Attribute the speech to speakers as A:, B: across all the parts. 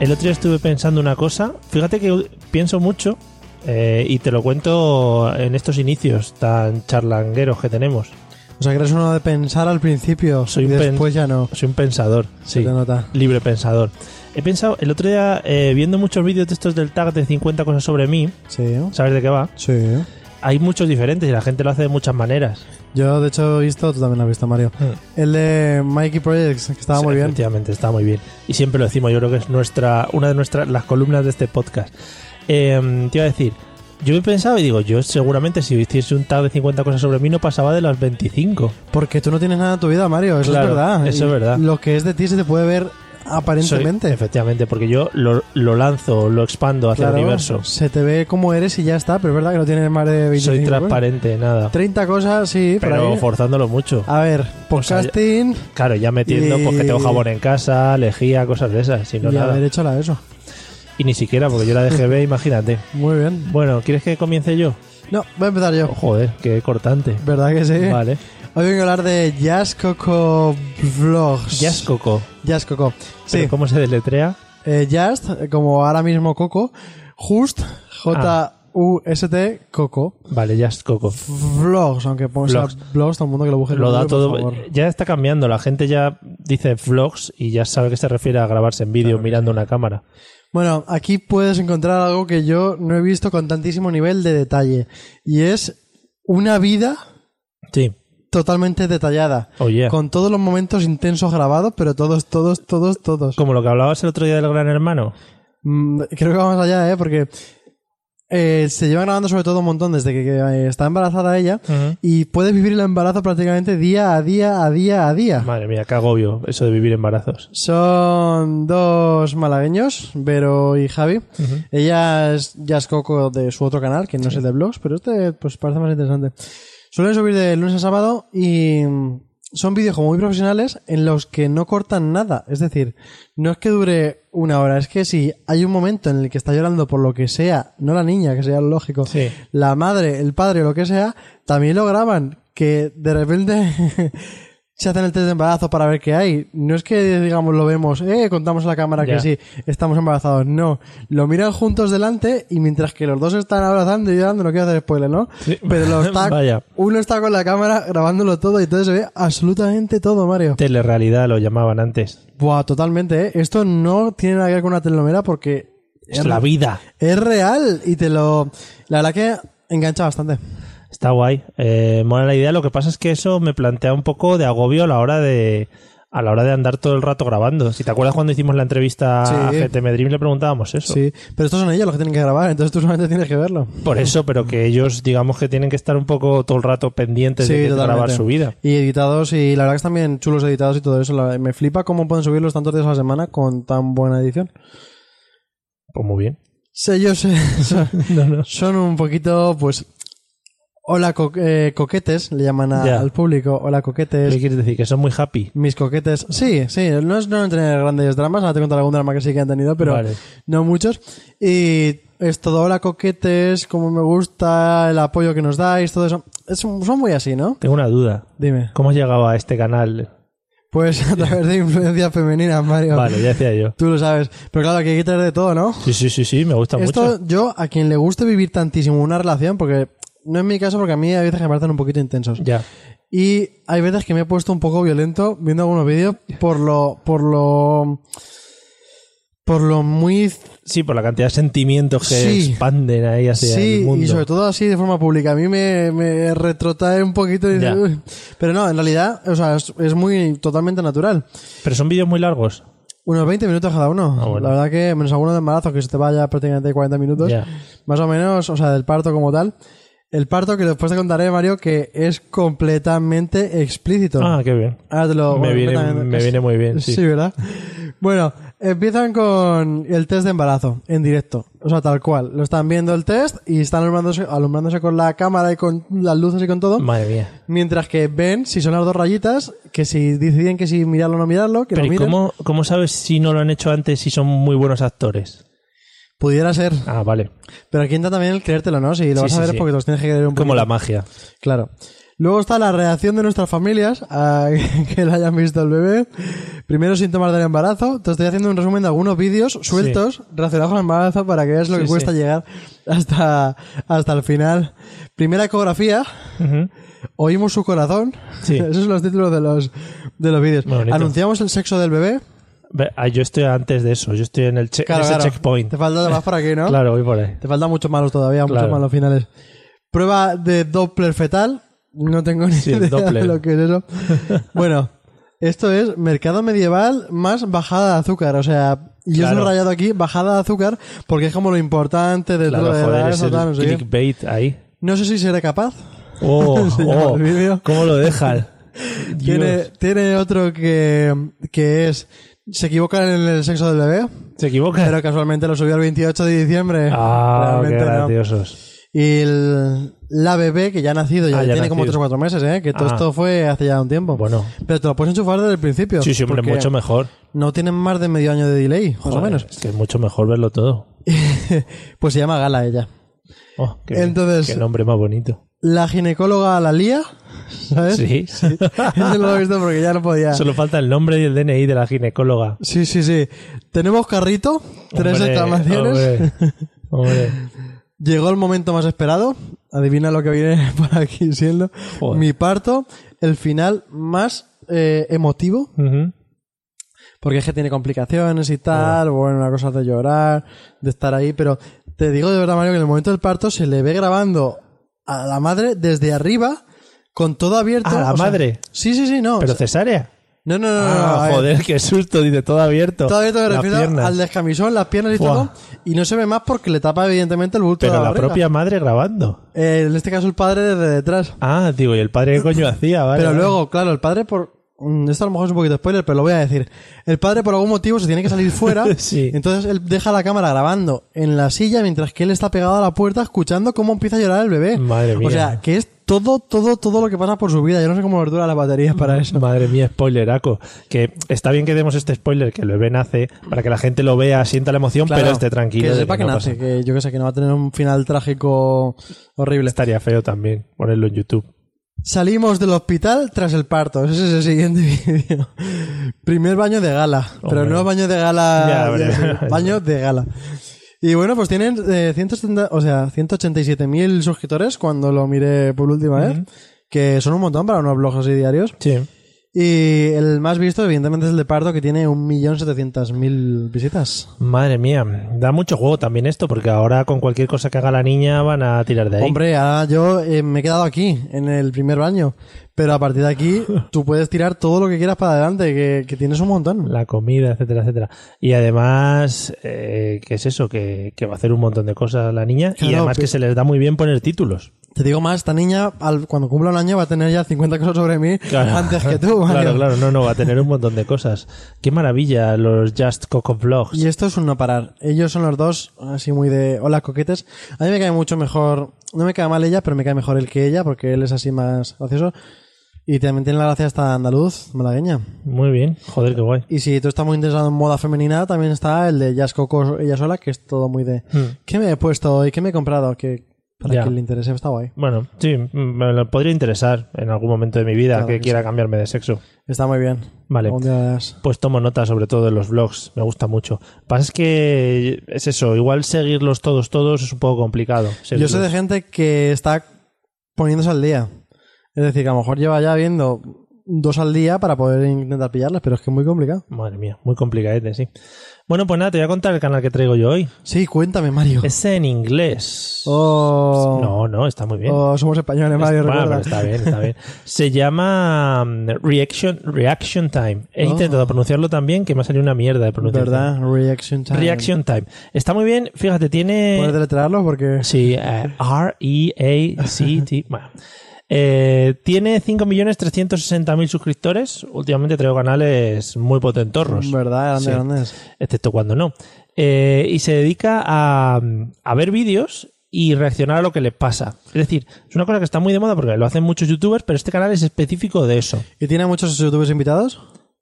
A: El otro día estuve pensando una cosa. Fíjate que pienso mucho eh, y te lo cuento en estos inicios tan charlangueros que tenemos.
B: O sea, que eres uno de pensar al principio
A: Soy
B: y
A: un pen-
B: después ya no.
A: Soy un pensador,
B: Se
A: sí.
B: te nota.
A: Libre pensador. He pensado, el otro día, eh, viendo muchos vídeos de estos del tag de 50 cosas sobre mí,
B: Sí.
A: ¿sabes de qué va?
B: Sí.
A: Hay muchos diferentes y la gente lo hace de muchas maneras.
B: Yo, de hecho, he visto, tú también lo has visto, Mario. El de Mikey Projects, que estaba
A: Sí,
B: muy bien.
A: Efectivamente, está muy bien. Y siempre lo decimos, yo creo que es nuestra, una de nuestras, las columnas de este podcast. Eh, te iba a decir, yo he pensado y digo, yo seguramente si hiciese un tag de 50 cosas sobre mí no pasaba de las 25.
B: Porque tú no tienes nada en tu vida, Mario. Eso
A: Claro,
B: es verdad.
A: eso
B: Y
A: es verdad.
B: Lo que es de ti se te puede ver aparentemente.
A: Soy- efectivamente, porque yo lo, lo lanzo, lo expando hacia
B: Claro,
A: el universo.
B: Se te ve como eres y ya está, pero es verdad que no tienes más de 25.
A: Soy
B: ¿eh?
A: transparente, nada.
B: 30 cosas, sí, por
A: Pero
B: ahí. ¿eh?
A: forzándolo mucho.
B: A ver,
A: sea,
B: podcasting
A: Claro, ya metiendo
B: Y-
A: porque tengo jabón en casa, lejía, cosas de esas, si no
B: y
A: nada.
B: haber hecho la eso.
A: Y ni siquiera, porque yo la dejé ver, imagínate.
B: Muy bien.
A: Bueno, ¿quieres que comience yo?
B: No, voy a empezar yo.
A: Joder, qué cortante.
B: ¿Verdad que sí?
A: Vale.
B: Hoy vengo a hablar de Jazz Coco Vlogs.
A: Jazz Coco.
B: Jazz Coco. Sí,
A: ¿Pero ¿Cómo se deletrea?
B: eh, Jazz, eh, como ahora mismo Coco, Just, J-U-S-T, Coco.
A: Vale, Jazz Coco.
B: Vlogs, aunque ponga
A: Vlogs.
B: vlogs. todo el mundo que lo busque. en
A: Lo
B: Google,
A: da
B: por
A: todo. eh.
B: favor.
A: Ya está cambiando. La gente ya dice vlogs y ya sabe que se refiere a grabarse en vídeo mirando una cámara.
B: Bueno, aquí puedes encontrar algo que yo no he visto con tantísimo nivel de detalle. Y es una vida
A: Sí.
B: totalmente detallada.
A: Oye.
B: Con todos los momentos intensos grabados, pero todos, todos, todos, todos.
A: Como lo que hablabas el otro día del Gran Hermano.
B: Mm, creo que vamos allá, ¿eh? Porque eh, se lleva grabando sobre todo un montón desde que, que, eh, está embarazada ella
A: Ujú.
B: y puedes vivir el embarazo prácticamente día a día, a día, a día.
A: Ah, Madre mía, qué agobio eso de vivir embarazos.
B: Son dos malagueños, Vero y Javi. Ella es Jazz Coco de su otro canal, que no es el de blogs, pero este pues parece más interesante. Suelen subir de lunes a sábado y mm, son vídeos como muy profesionales en los que no cortan nada. Es decir, no es que dure una hora, es que si hay un momento en el que está llorando por lo que sea, no la niña, que sería lo lógico,
A: Sí.
B: la madre, el padre o lo que sea, también lo graban. Que de repente se hacen el test de embarazo para ver qué hay. No es que, digamos, lo vemos, eh, contamos a la cámara
A: Ya.
B: que sí, estamos embarazados. No. Lo miran juntos delante y mientras que los dos están abrazando y llorando, no quiero hacer spoiler, ¿no?
A: Sí.
B: Pero lo está,
A: Vaya.
B: uno está con la cámara grabándolo todo y entonces se ve absolutamente todo, Mario.
A: Telerrealidad lo llamaban antes.
B: Buah, totalmente, ¿eh? Esto no tiene nada que ver con una telenovela porque
A: Es la vida.
B: es real y te lo... La verdad que engancha bastante.
A: Está guay. Eh, mola la idea. Lo que pasa es que eso me plantea un poco de agobio a la hora de a la hora de andar todo el rato grabando. Si te acuerdas cuando hicimos la entrevista
B: Sí.
A: a GTM Dream le preguntábamos eso.
B: Sí, pero estos son ellos los que tienen que grabar, entonces tú solamente tienes que verlo.
A: Por eso, pero que ellos digamos que tienen que estar un poco todo el rato pendientes de
B: totalmente.
A: grabar su vida.
B: Y editados, y la verdad que están bien chulos editados y todo eso. La- me flipa cómo pueden subirlos tantos días a la semana con tan buena edición.
A: Pues muy bien.
B: Sí, ellos eh, son,
A: No, no.
B: son un poquito, pues... Hola co- eh, coquetes, le llaman a-
A: Ya.
B: al público. Hola coquetes.
A: ¿Qué quieres decir? Que son muy happy.
B: Mis coquetes. Sí, sí, no, es, no han tenido grandes dramas. Ahora te contaré algún drama que sí que han tenido, pero
A: Vale.
B: no muchos. Y es todo, hola coquetes, como me gusta, el apoyo que nos dais, todo eso. Es un- son muy así, ¿no?
A: Tengo una duda.
B: Dime.
A: ¿Cómo has llegado a este canal?
B: Pues a través de influencias femeninas, Mario.
A: Vale, ya decía yo.
B: Tú lo sabes. Pero claro, aquí hay que tener de todo, ¿no?
A: Sí, sí, sí, sí, me gusta
B: Esto,
A: mucho.
B: yo, a quien le guste vivir tantísimo una relación, porque no es mi caso, porque a mí hay veces que me parecen un poquito intensos.
A: Ya.
B: Y hay veces que me he puesto un poco violento viendo algunos vídeos por lo, por lo, por lo muy,
A: Sí, por la cantidad de sentimientos que
B: Sí.
A: expanden ahí hacia el
B: sí,
A: mundo.
B: y sobre todo así de forma pública. A mí me, me retrotrae un poquito. y-
A: Ya.
B: Pero no, en realidad, o sea, es, es muy, totalmente natural.
A: Pero son vídeos muy largos.
B: Unos 20 minutos cada uno.
A: Ah, bueno.
B: La verdad que, menos alguno de embarazo, que se te vaya prácticamente 40 minutos.
A: Ya.
B: Más o menos, o sea, del parto como tal. El parto que después te contaré, Mario, que es completamente explícito.
A: Ah, qué bien.
B: Ahora te lo...
A: Me
B: bueno,
A: viene-
B: completamente-
A: me viene muy bien, sí.
B: ¿verdad? Bueno, empiezan con el test de embarazo, en directo. O sea, tal cual. Lo están viendo el test y están alumbrándose, alumbrándose con la cámara y con las luces y con todo.
A: Madre mía.
B: Mientras que ven si son las dos rayitas, que si deciden que si mirarlo o no mirarlo, que
A: Pero
B: lo
A: ¿y
B: miren.
A: cómo, cómo sabes si no lo han hecho antes si son muy buenos actores?
B: Pudiera ser.
A: Ah, vale.
B: Pero aquí entra también el creértelo, ¿no? Si lo
A: Sí,
B: vas a
A: sí,
B: ver es
A: sí.
B: porque te los tienes que creer un poco.
A: Como la magia.
B: Claro. Luego está la reacción de nuestras familias a que le hayan visto al bebé. Primeros síntomas del embarazo. Te estoy haciendo un resumen de algunos vídeos sueltos relacionados con el embarazo para que veas lo
A: Sí,
B: que cuesta
A: sí.
B: llegar hasta, hasta el final. Primera ecografía.
A: Ujú.
B: Oímos su corazón.
A: Sí.
B: Esos son los títulos de los, de los vídeos.
A: Muy bonito.
B: Anunciamos el sexo del bebé.
A: Ve- ah, yo estoy antes de eso. Yo estoy en el che-
B: Claro,
A: ese
B: claro.
A: checkpoint.
B: Te falta más por aquí, ¿no?
A: Claro, voy por ahí.
B: Te faltan muchos malos todavía,
A: Claro.
B: muchos malos finales. Prueba de Doppler fetal. No tengo ni
A: Sí, el
B: idea
A: Doppler.
B: de lo que es eso. bueno, esto es mercado medieval más bajada de azúcar. O sea, y yo
A: Claro.
B: he rayado aquí bajada de azúcar porque es como lo importante de
A: Claro,
B: todo. de
A: joder,
B: dar
A: es
B: eso, tal,
A: el
B: no, sé qué.
A: clickbait ahí.
B: No sé si seré capaz.
A: Oh,
B: Se llama
A: oh,
B: el vídeo.
A: ¿Cómo lo dejan? Dios.
B: Tiene, tiene otro que, que es... Se equivocan en el sexo del bebé,
A: ¿Se equivoca?
B: pero casualmente lo subió el 28 de diciembre.
A: Ah, qué
B: Realmente no.
A: graciosos.
B: Y el- la bebé que ya ha nacido, ya,
A: Ah, ya
B: tiene
A: ha
B: como
A: nacido.
B: 3 o 4 meses, ¿eh? que todo
A: Ah.
B: esto fue hace ya un tiempo.
A: Bueno.
B: Pero te lo puedes enchufar desde el principio.
A: Sí, siempre
B: porque
A: mucho mejor.
B: No tienen más de medio año de delay, más o
A: Joder,
B: menos.
A: Es que es mucho mejor verlo todo.
B: pues se llama Gala ella.
A: Oh, qué,
B: Entonces-
A: qué nombre más bonito.
B: La ginecóloga la lía, ¿sabes?
A: Sí.
B: Ese no lo he visto porque ya no podía.
A: Solo falta el nombre y el DNI de la ginecóloga.
B: Sí, sí, sí. Tenemos carrito, tres
A: Hombre,
B: exclamaciones.
A: hombre, hombre.
B: Llegó el momento más esperado. Adivina lo que viene por aquí siendo.
A: Joder.
B: Mi parto, el final más eh, emotivo
A: Ujú.
B: Porque es que tiene complicaciones y tal, bueno, una cosa de llorar, de estar ahí, pero te digo de verdad, Mario, que en el momento del parto se le ve grabando a la madre desde arriba, con todo abierto.
A: Ah, ¿la
B: o sea-
A: madre?
B: sí, sí, sí, no.
A: Pero
B: o sea,
A: cesárea.
B: no, no, no, no, no, a
A: Ah,
B: ver,
A: joder, qué susto. Dice todo abierto.
B: Todo abierto me
A: Las
B: refiero
A: piernas.
B: al descamisón, las piernas y
A: Buah.
B: todo, y no se ve más porque le tapa evidentemente el bulto de
A: Pero
B: la,
A: la
B: barriga.
A: propia madre grabando.
B: Eh, en este caso el padre desde detrás.
A: Ah, digo, ¿y el padre qué coño hacía? Vale,
B: Pero
A: vale.
B: luego, claro, el padre por... mm, Esto a lo mejor es un poquito spoiler, pero lo voy a decir. El padre por algún motivo se tiene que salir fuera.
A: Sí.
B: Entonces él deja la cámara grabando en la silla mientras que él está pegado a la puerta escuchando cómo empieza a llorar el bebé.
A: Madre mía.
B: O sea, que es todo, todo, todo lo que pasa por su vida. Yo no sé cómo les dura las baterías para eso.
A: Madre mía, spoileraco. Que está bien que demos este spoiler, que el bebé nace, para que la gente lo vea, sienta la emoción,
B: Claro,
A: pero esté tranquilo.
B: Que
A: de
B: sepa que,
A: no
B: nace,
A: pasa.
B: que yo que sé, que no va a tener un final trágico horrible.
A: Estaría feo también ponerlo en YouTube.
B: Salimos del hospital tras el parto. Ese es el siguiente vídeo. Primer baño de gala. Pero
A: Hombre.
B: no baño de gala.
A: Ya, hombre.
B: sí, baño de gala. Y bueno, pues tienen eh, 170, o sea, 187.000 suscriptores cuando lo miré por última vez. Que son un montón para unos blogs así diarios.
A: Sí.
B: Y el más visto, evidentemente, es el de parto, que tiene 1.700.000 visitas.
A: Madre mía, da mucho juego también esto, porque ahora con cualquier cosa que haga la niña van a tirar de ahí.
B: Hombre, ahora yo eh, me he quedado aquí, en el primer baño. Pero a partir de aquí, tú puedes tirar todo lo que quieras para adelante, que, que tienes un montón.
A: La comida, etcétera, etcétera. Y además, eh, ¿qué es eso? Que, que va a hacer un montón de cosas la niña y
B: Claro,
A: además que
B: pero-
A: se les da muy bien poner títulos.
B: Te digo más, esta niña, al- cuando cumpla un año, va a tener ya 50 cosas sobre mí
A: Claro.
B: antes que tú. Mario.
A: Claro, claro, no, no, va a tener un montón de cosas. Qué maravilla los Just Coco Vlogs.
B: Y esto es un no parar. Ellos son los dos, así muy de hola coquetes. A mí me cae mucho mejor, no me cae mal ella, pero me cae mejor él que ella, porque él es así más gracioso. Y también tiene la gracia hasta andaluz, malagueña.
A: Muy bien, joder, qué guay.
B: Y si tú estás muy interesado en moda femenina, también está el de Jazz Coco, ella sola, que es todo muy de ¿qué me he puesto hoy? ¿Qué me he comprado? Que para
A: Hmm. Ya.
B: que le interese, está guay.
A: Bueno, sí, mm, me lo podría interesar en algún momento de mi vida
B: Claro
A: que
B: que
A: quiera cambiarme de sexo.
B: Está muy bien.
A: Vale.
B: Algún día verás.
A: Pues tomo nota sobre todo de los vlogs, me gusta mucho. Pasa es que es eso, igual seguirlos todos, todos es un poco complicado.
B: Yo
A: seguirlos.
B: sé de gente que está poniéndose al día. Es decir, que a lo mejor lleva ya viendo dos al día para poder intentar pillarlas, pero es que es muy complicado.
A: Madre mía, muy complicadete, sí. Bueno, pues nada, te voy a contar el canal que traigo yo hoy.
B: Sí, cuéntame, Mario.
A: Es en inglés.
B: Oh,
A: No, no, está muy bien.
B: oh, somos españoles, Mario,
A: Bueno,
B: recuerda.
A: pero está bien, está bien. Se llama um, Reaction, Reaction Time. He
B: Oh.
A: intentado pronunciarlo también, que me ha salido una mierda de pronunciar.
B: ¿Verdad? Reaction time.
A: Reaction Time. Está muy bien, fíjate, tiene...
B: Puedes deletrearlo porque...
A: Sí, eh, E R-E-A-C-T. Bueno. Eh, tiene 5.360.000 suscriptores. Últimamente traigo canales muy potentorros.
B: ¿Verdad? Grandes,
A: Sí.
B: grandes.
A: Excepto cuando no. Eh, y se dedica a, a ver vídeos y reaccionar a lo que les pasa. Es decir, es una cosa que está muy de moda porque lo hacen muchos youtubers, pero este canal es específico de eso.
B: ¿Y tiene muchos youtubers invitados?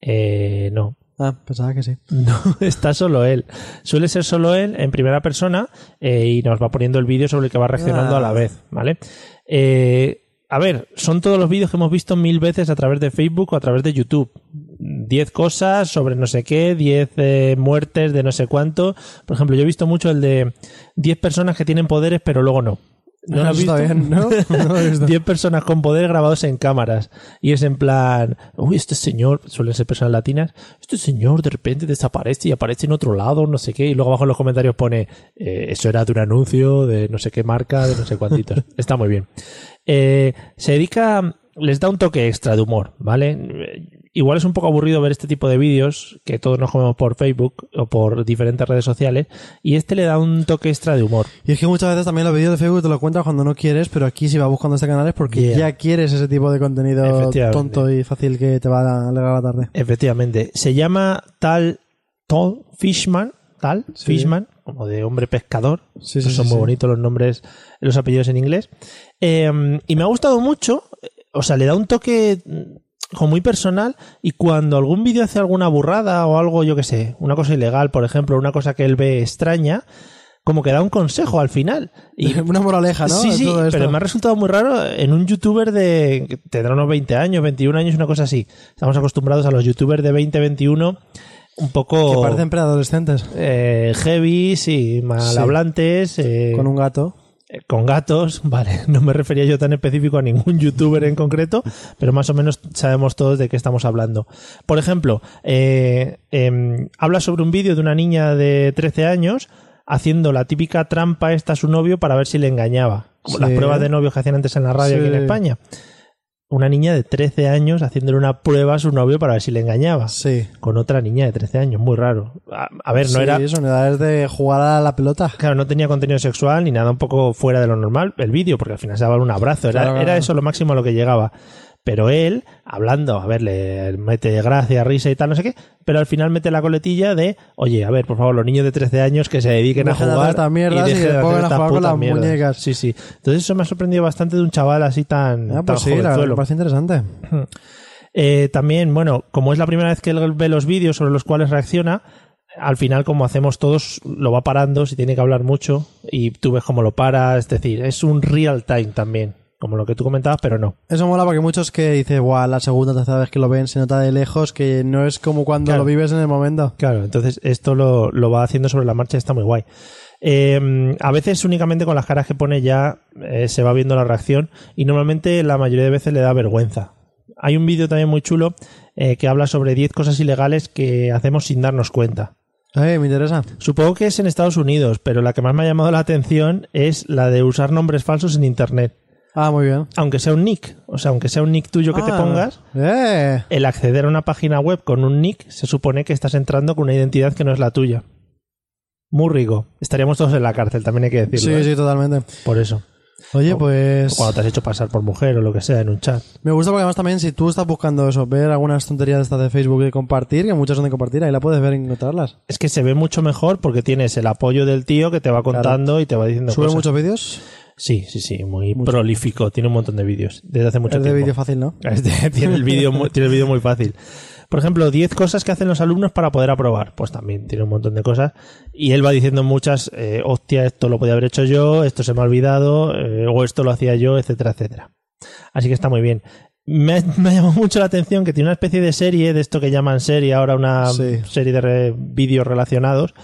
A: Eh, no.
B: Ah, pensaba que sí.
A: No, está solo él. Suele ser solo él en primera persona eh, y nos va poniendo el vídeo sobre el que va reaccionando
B: Ah.
A: a la vez, ¿vale? Eh, a ver, son todos los vídeos que hemos visto mil veces a través de Facebook o a través de YouTube. Diez cosas sobre no sé qué, diez eh, muertes de no sé cuánto. Por ejemplo, yo he visto mucho el de diez personas que tienen poderes pero luego no. ¿No lo has
B: Ah, Eso está
A: visto?
B: bien, ¿no? No lo he visto.
A: 10 personas con poder grabados en cámaras. Y es en plan, uy, este señor, suelen ser personas latinas, este señor de repente desaparece y aparece en otro lado, no sé qué. Y luego abajo en los comentarios pone, "Eh, eso era de un anuncio de no sé qué marca, de no sé cuántitos. Está muy bien. Eh, se dedica, les da un toque extra de humor, ¿vale? Eh, Igual es un poco aburrido ver este tipo de vídeos que todos nos comemos por Facebook o por diferentes redes sociales. Y este le da un toque extra de humor.
B: Y es que muchas veces también los vídeos de Facebook te lo encuentras cuando no quieres, pero aquí si vas buscando este canal es porque
A: Yeah.
B: ya quieres ese tipo de contenido
A: Efectivamente.
B: tonto y fácil que te va a alegrar la tarde.
A: Efectivamente. Se llama tal Tal Fishman, tal
B: Sí.
A: Fishman, como de hombre pescador.
B: Sí, sí,
A: Pues son
B: sí,
A: muy
B: sí.
A: bonitos los nombres, los apellidos en inglés. Eh, y me ha gustado mucho. eh, O sea, le da un toque mm, como muy personal y cuando algún vídeo hace alguna burrada o algo, yo qué sé, una cosa ilegal, por ejemplo, una cosa que él ve extraña, como que da un consejo al final. Y
B: Una moraleja, ¿no?
A: Sí,
B: De
A: sí,
B: todo esto.
A: pero me ha resultado muy raro en un youtuber de. que tendrá unos 20 años, 21 años, una cosa así. Estamos acostumbrados a los youtubers de 20, 21, un
B: Que
A: poco.
B: parecen preadolescentes.
A: eh, heavy, sí, malhablantes, eh,
B: Con un gato.
A: eh, con gatos, vale. No me refería yo tan específico a ningún youtuber en concreto, pero más o menos sabemos todos de qué estamos hablando. Por ejemplo, eh, em, habla sobre un vídeo de una niña de 13 años haciendo la típica trampa esta a su novio para ver si le engañaba. Como las
B: Sí.
A: pruebas de novios que hacían antes en la radio aquí en
B: Sí.
A: España. Una niña de 13 años haciéndole una prueba a su novio para ver si le engañaba.
B: Sí.
A: Con otra niña de 13 años, muy raro. A, a ver, no
B: Sí,
A: era
B: Son edades de jugar a la pelota.
A: Claro, no tenía contenido sexual ni nada un poco fuera de lo normal el vídeo, porque al final se daba un abrazo, era,
B: Claro, claro.
A: era eso lo máximo a lo que llegaba. Pero él, hablando, a ver, le mete gracia, risa y tal, no sé qué, pero al final mete la coletilla de, oye, a ver, por favor, los niños de 13 años que se dediquen
B: Dejen de
A: a
B: hacer
A: jugar
B: estas mierdas y
A: dejen
B: que
A: de hacer
B: pongan a
A: estas
B: jugar con
A: putas
B: las muñecas.
A: Sí, sí. Entonces eso me ha sorprendido bastante de un chaval así tan,
B: Ah,
A: tan
B: pues sí, la verdad,
A: jovenzuelo.
B: me parece interesante.
A: Eh, también, bueno, como es la primera vez que él ve los vídeos sobre los cuales reacciona, al final, como hacemos todos, lo va parando si tiene que hablar mucho y tú ves cómo lo para. Es decir, es un real time también, como lo que tú comentabas, pero no.
B: Eso mola porque muchos que dicen, guau, la segunda o tercera vez que lo ven se nota de lejos que no es como cuando
A: Claro.
B: lo vives en el momento.
A: Claro, entonces esto lo, lo va haciendo sobre la marcha, está muy guay. Eh, a veces únicamente con las caras que pone ya eh, se va viendo la reacción y normalmente la mayoría de veces le da vergüenza. Hay un vídeo también muy chulo eh, que habla sobre 10 cosas ilegales que hacemos sin darnos cuenta.
B: Ay, me interesa.
A: Supongo que es en Estados Unidos, pero la que más me ha llamado la atención es la de usar nombres falsos en internet.
B: Ah, muy bien.
A: Aunque sea un nick, o sea, aunque sea un nick tuyo que te
B: Ah,
A: pongas,
B: ¡Eh!
A: el acceder a una página web con un nick se supone que estás entrando con una identidad que no es la tuya. Muy rico. Estaríamos todos en la cárcel, también hay que decirlo.
B: Sí,
A: ¿eh? Oh,
B: sí, totalmente.
A: Por eso.
B: Oye, pues...
A: Cuando te has hecho pasar por mujer o lo que sea en un chat.
B: Me gusta porque además también si tú estás buscando eso, ver algunas tonterías de estas de Facebook de compartir, que muchas son de compartir, ahí la puedes ver y encontrarlas.
A: Es que se ve mucho mejor porque tienes el apoyo del tío que te va contando y te va diciendo
B: ¿Sube
A: cosas.
B: muchos vídeos?
A: Sí, sí, sí, muy prolífico. Tiene un montón de vídeos desde hace mucho
B: Es de
A: tiempo.
B: vídeo fácil, ¿no?
A: Este tiene el vídeo mu- tiene el vídeo muy fácil. Por ejemplo, 10 cosas que hacen los alumnos para poder aprobar. Pues también tiene un montón de cosas. Y él va diciendo muchas, eh, hostia, esto lo podía haber hecho yo, esto se me ha olvidado, eh, o esto lo hacía yo, etcétera, etcétera. Así que está muy bien. Me ha, me ha llamado mucho la atención que tiene una especie de serie, de esto que llaman serie, ahora una
B: Sí.
A: serie de re- vídeos relacionados,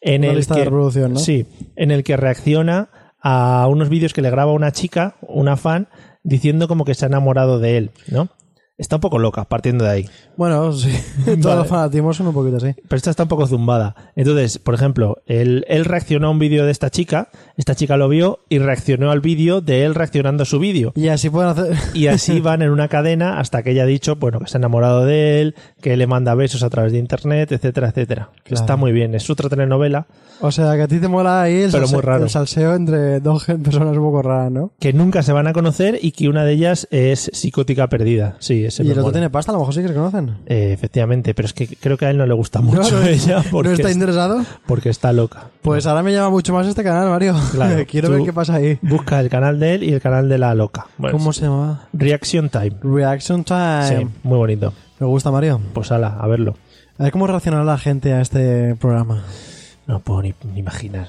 A: en
B: Una
A: el
B: lista
A: que,
B: de reproducción, ¿no?
A: Sí, en el que reacciona a unos vídeos que le graba una chica, una fan, diciendo como que se ha enamorado de él, ¿no? Está un poco loca, partiendo de ahí.
B: Bueno, sí. Todos
A: Vale.
B: los fanatismos son un poquito así.
A: Pero esta está un poco zumbada. Entonces, por ejemplo, él, él reaccionó a un vídeo de esta chica, esta chica lo vio y reaccionó al vídeo de él reaccionando a su vídeo.
B: Y así pueden hacer.
A: Y así van en una cadena hasta que ella ha dicho, bueno, que se ha enamorado de él, que le manda besos a través de internet, etcétera, etcétera. Que
B: Claro.
A: Está muy bien, es otra telenovela
B: O sea, que a ti te mola ahí el,
A: Pero muy
B: salse-
A: raro.
B: el salseo entre dos gen- personas un poco raras, ¿no?
A: que nunca se van a conocer y que una de ellas es psicótica perdida. Sí, ese
B: y
A: me
B: el otro
A: mola.
B: tiene pasta, a lo mejor sí que se conocen.
A: Eh, efectivamente, pero es que creo que a él no le gusta mucho
B: No, no,
A: ella porque,
B: ¿No está
A: es-
B: interesado?
A: porque está loca.
B: Pues ahora me llama mucho más este canal, Mario.
A: Claro,
B: Quiero
A: tú-
B: ver qué pasa ahí.
A: Busca el canal de él y el canal de la loca. Bueno,
B: ¿Cómo Ah, eh.
A: sí.
B: se llamaba?
A: Reaction Time.
B: Reaction Time.
A: Sí, muy bonito.
B: Me gusta, Mario.
A: Pues ala, a verlo.
B: A ver cómo reaccionará la gente a este programa.
A: No puedo ni, ni imaginar.